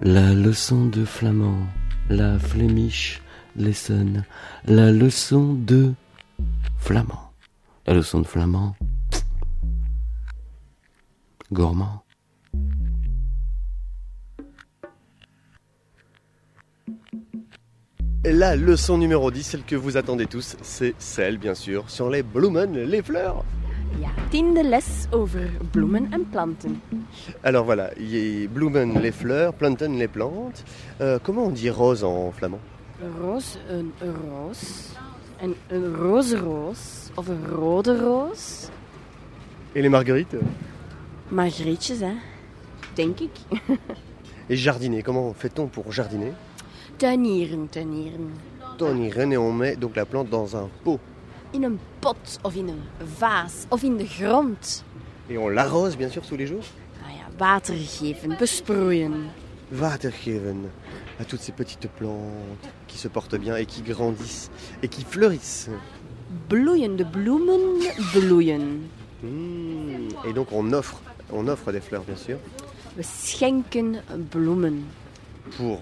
La leçon de flamand, la flémiche lesson, la leçon de flamand. La leçon de flamand. pff, Gourmand. La leçon numéro 10, celle que vous attendez tous, c'est celle, bien sûr, sur les bloemen, les fleurs. Ja, tiende les over bloemen en planten. Alors voilà, il y a bloemen, les fleurs, planten, les plantes. Euh, comment on dit rose en flamand Een roos, een roos. En een roze roos. Of een rode roos. Et les marguerites Margrietjes, hè. Denk ik. Et jardiner, comment fait-on pour jardiner Tuinieren, tuinieren. On y et on met donc la plante dans un pot. In een pot of in een vaas of in de grond. Et on l'arrose, bien sûr, tous les jours. Nou ja, water geven, besproeien. Watergeven à toutes ces petites plantes qui se portent bien et qui grandissent et qui fleurissent. Bloeien, de bloemen bloeien. Mmh. Et donc on offre, on offre des fleurs, bien sûr, We schenken bloemen. pour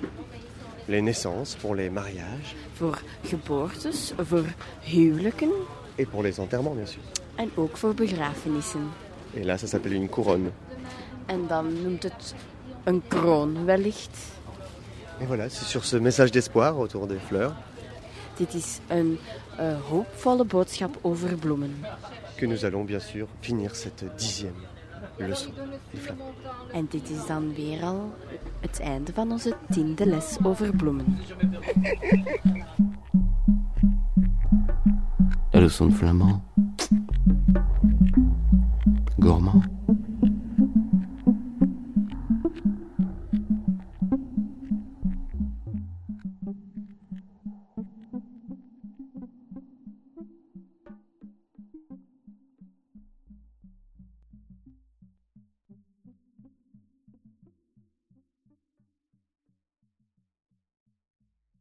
les naissances, pour les mariages Voor geboortes, voor huwelijken et pour les enterrements, bien sûr. en ook voor begrafenissen. Et là, ça s'appelle une couronne. En dan noemt het een kroon wellicht. Et voilà, c'est sur ce message d'espoir autour des fleurs Dit is een eh, hoopvolle boodschap over bloemen. que nous allons bien sûr finir cette dixième leçon des fleurs. En dit is dan weer al het einde van onze tiende les over bloemen. La leçon de flamand.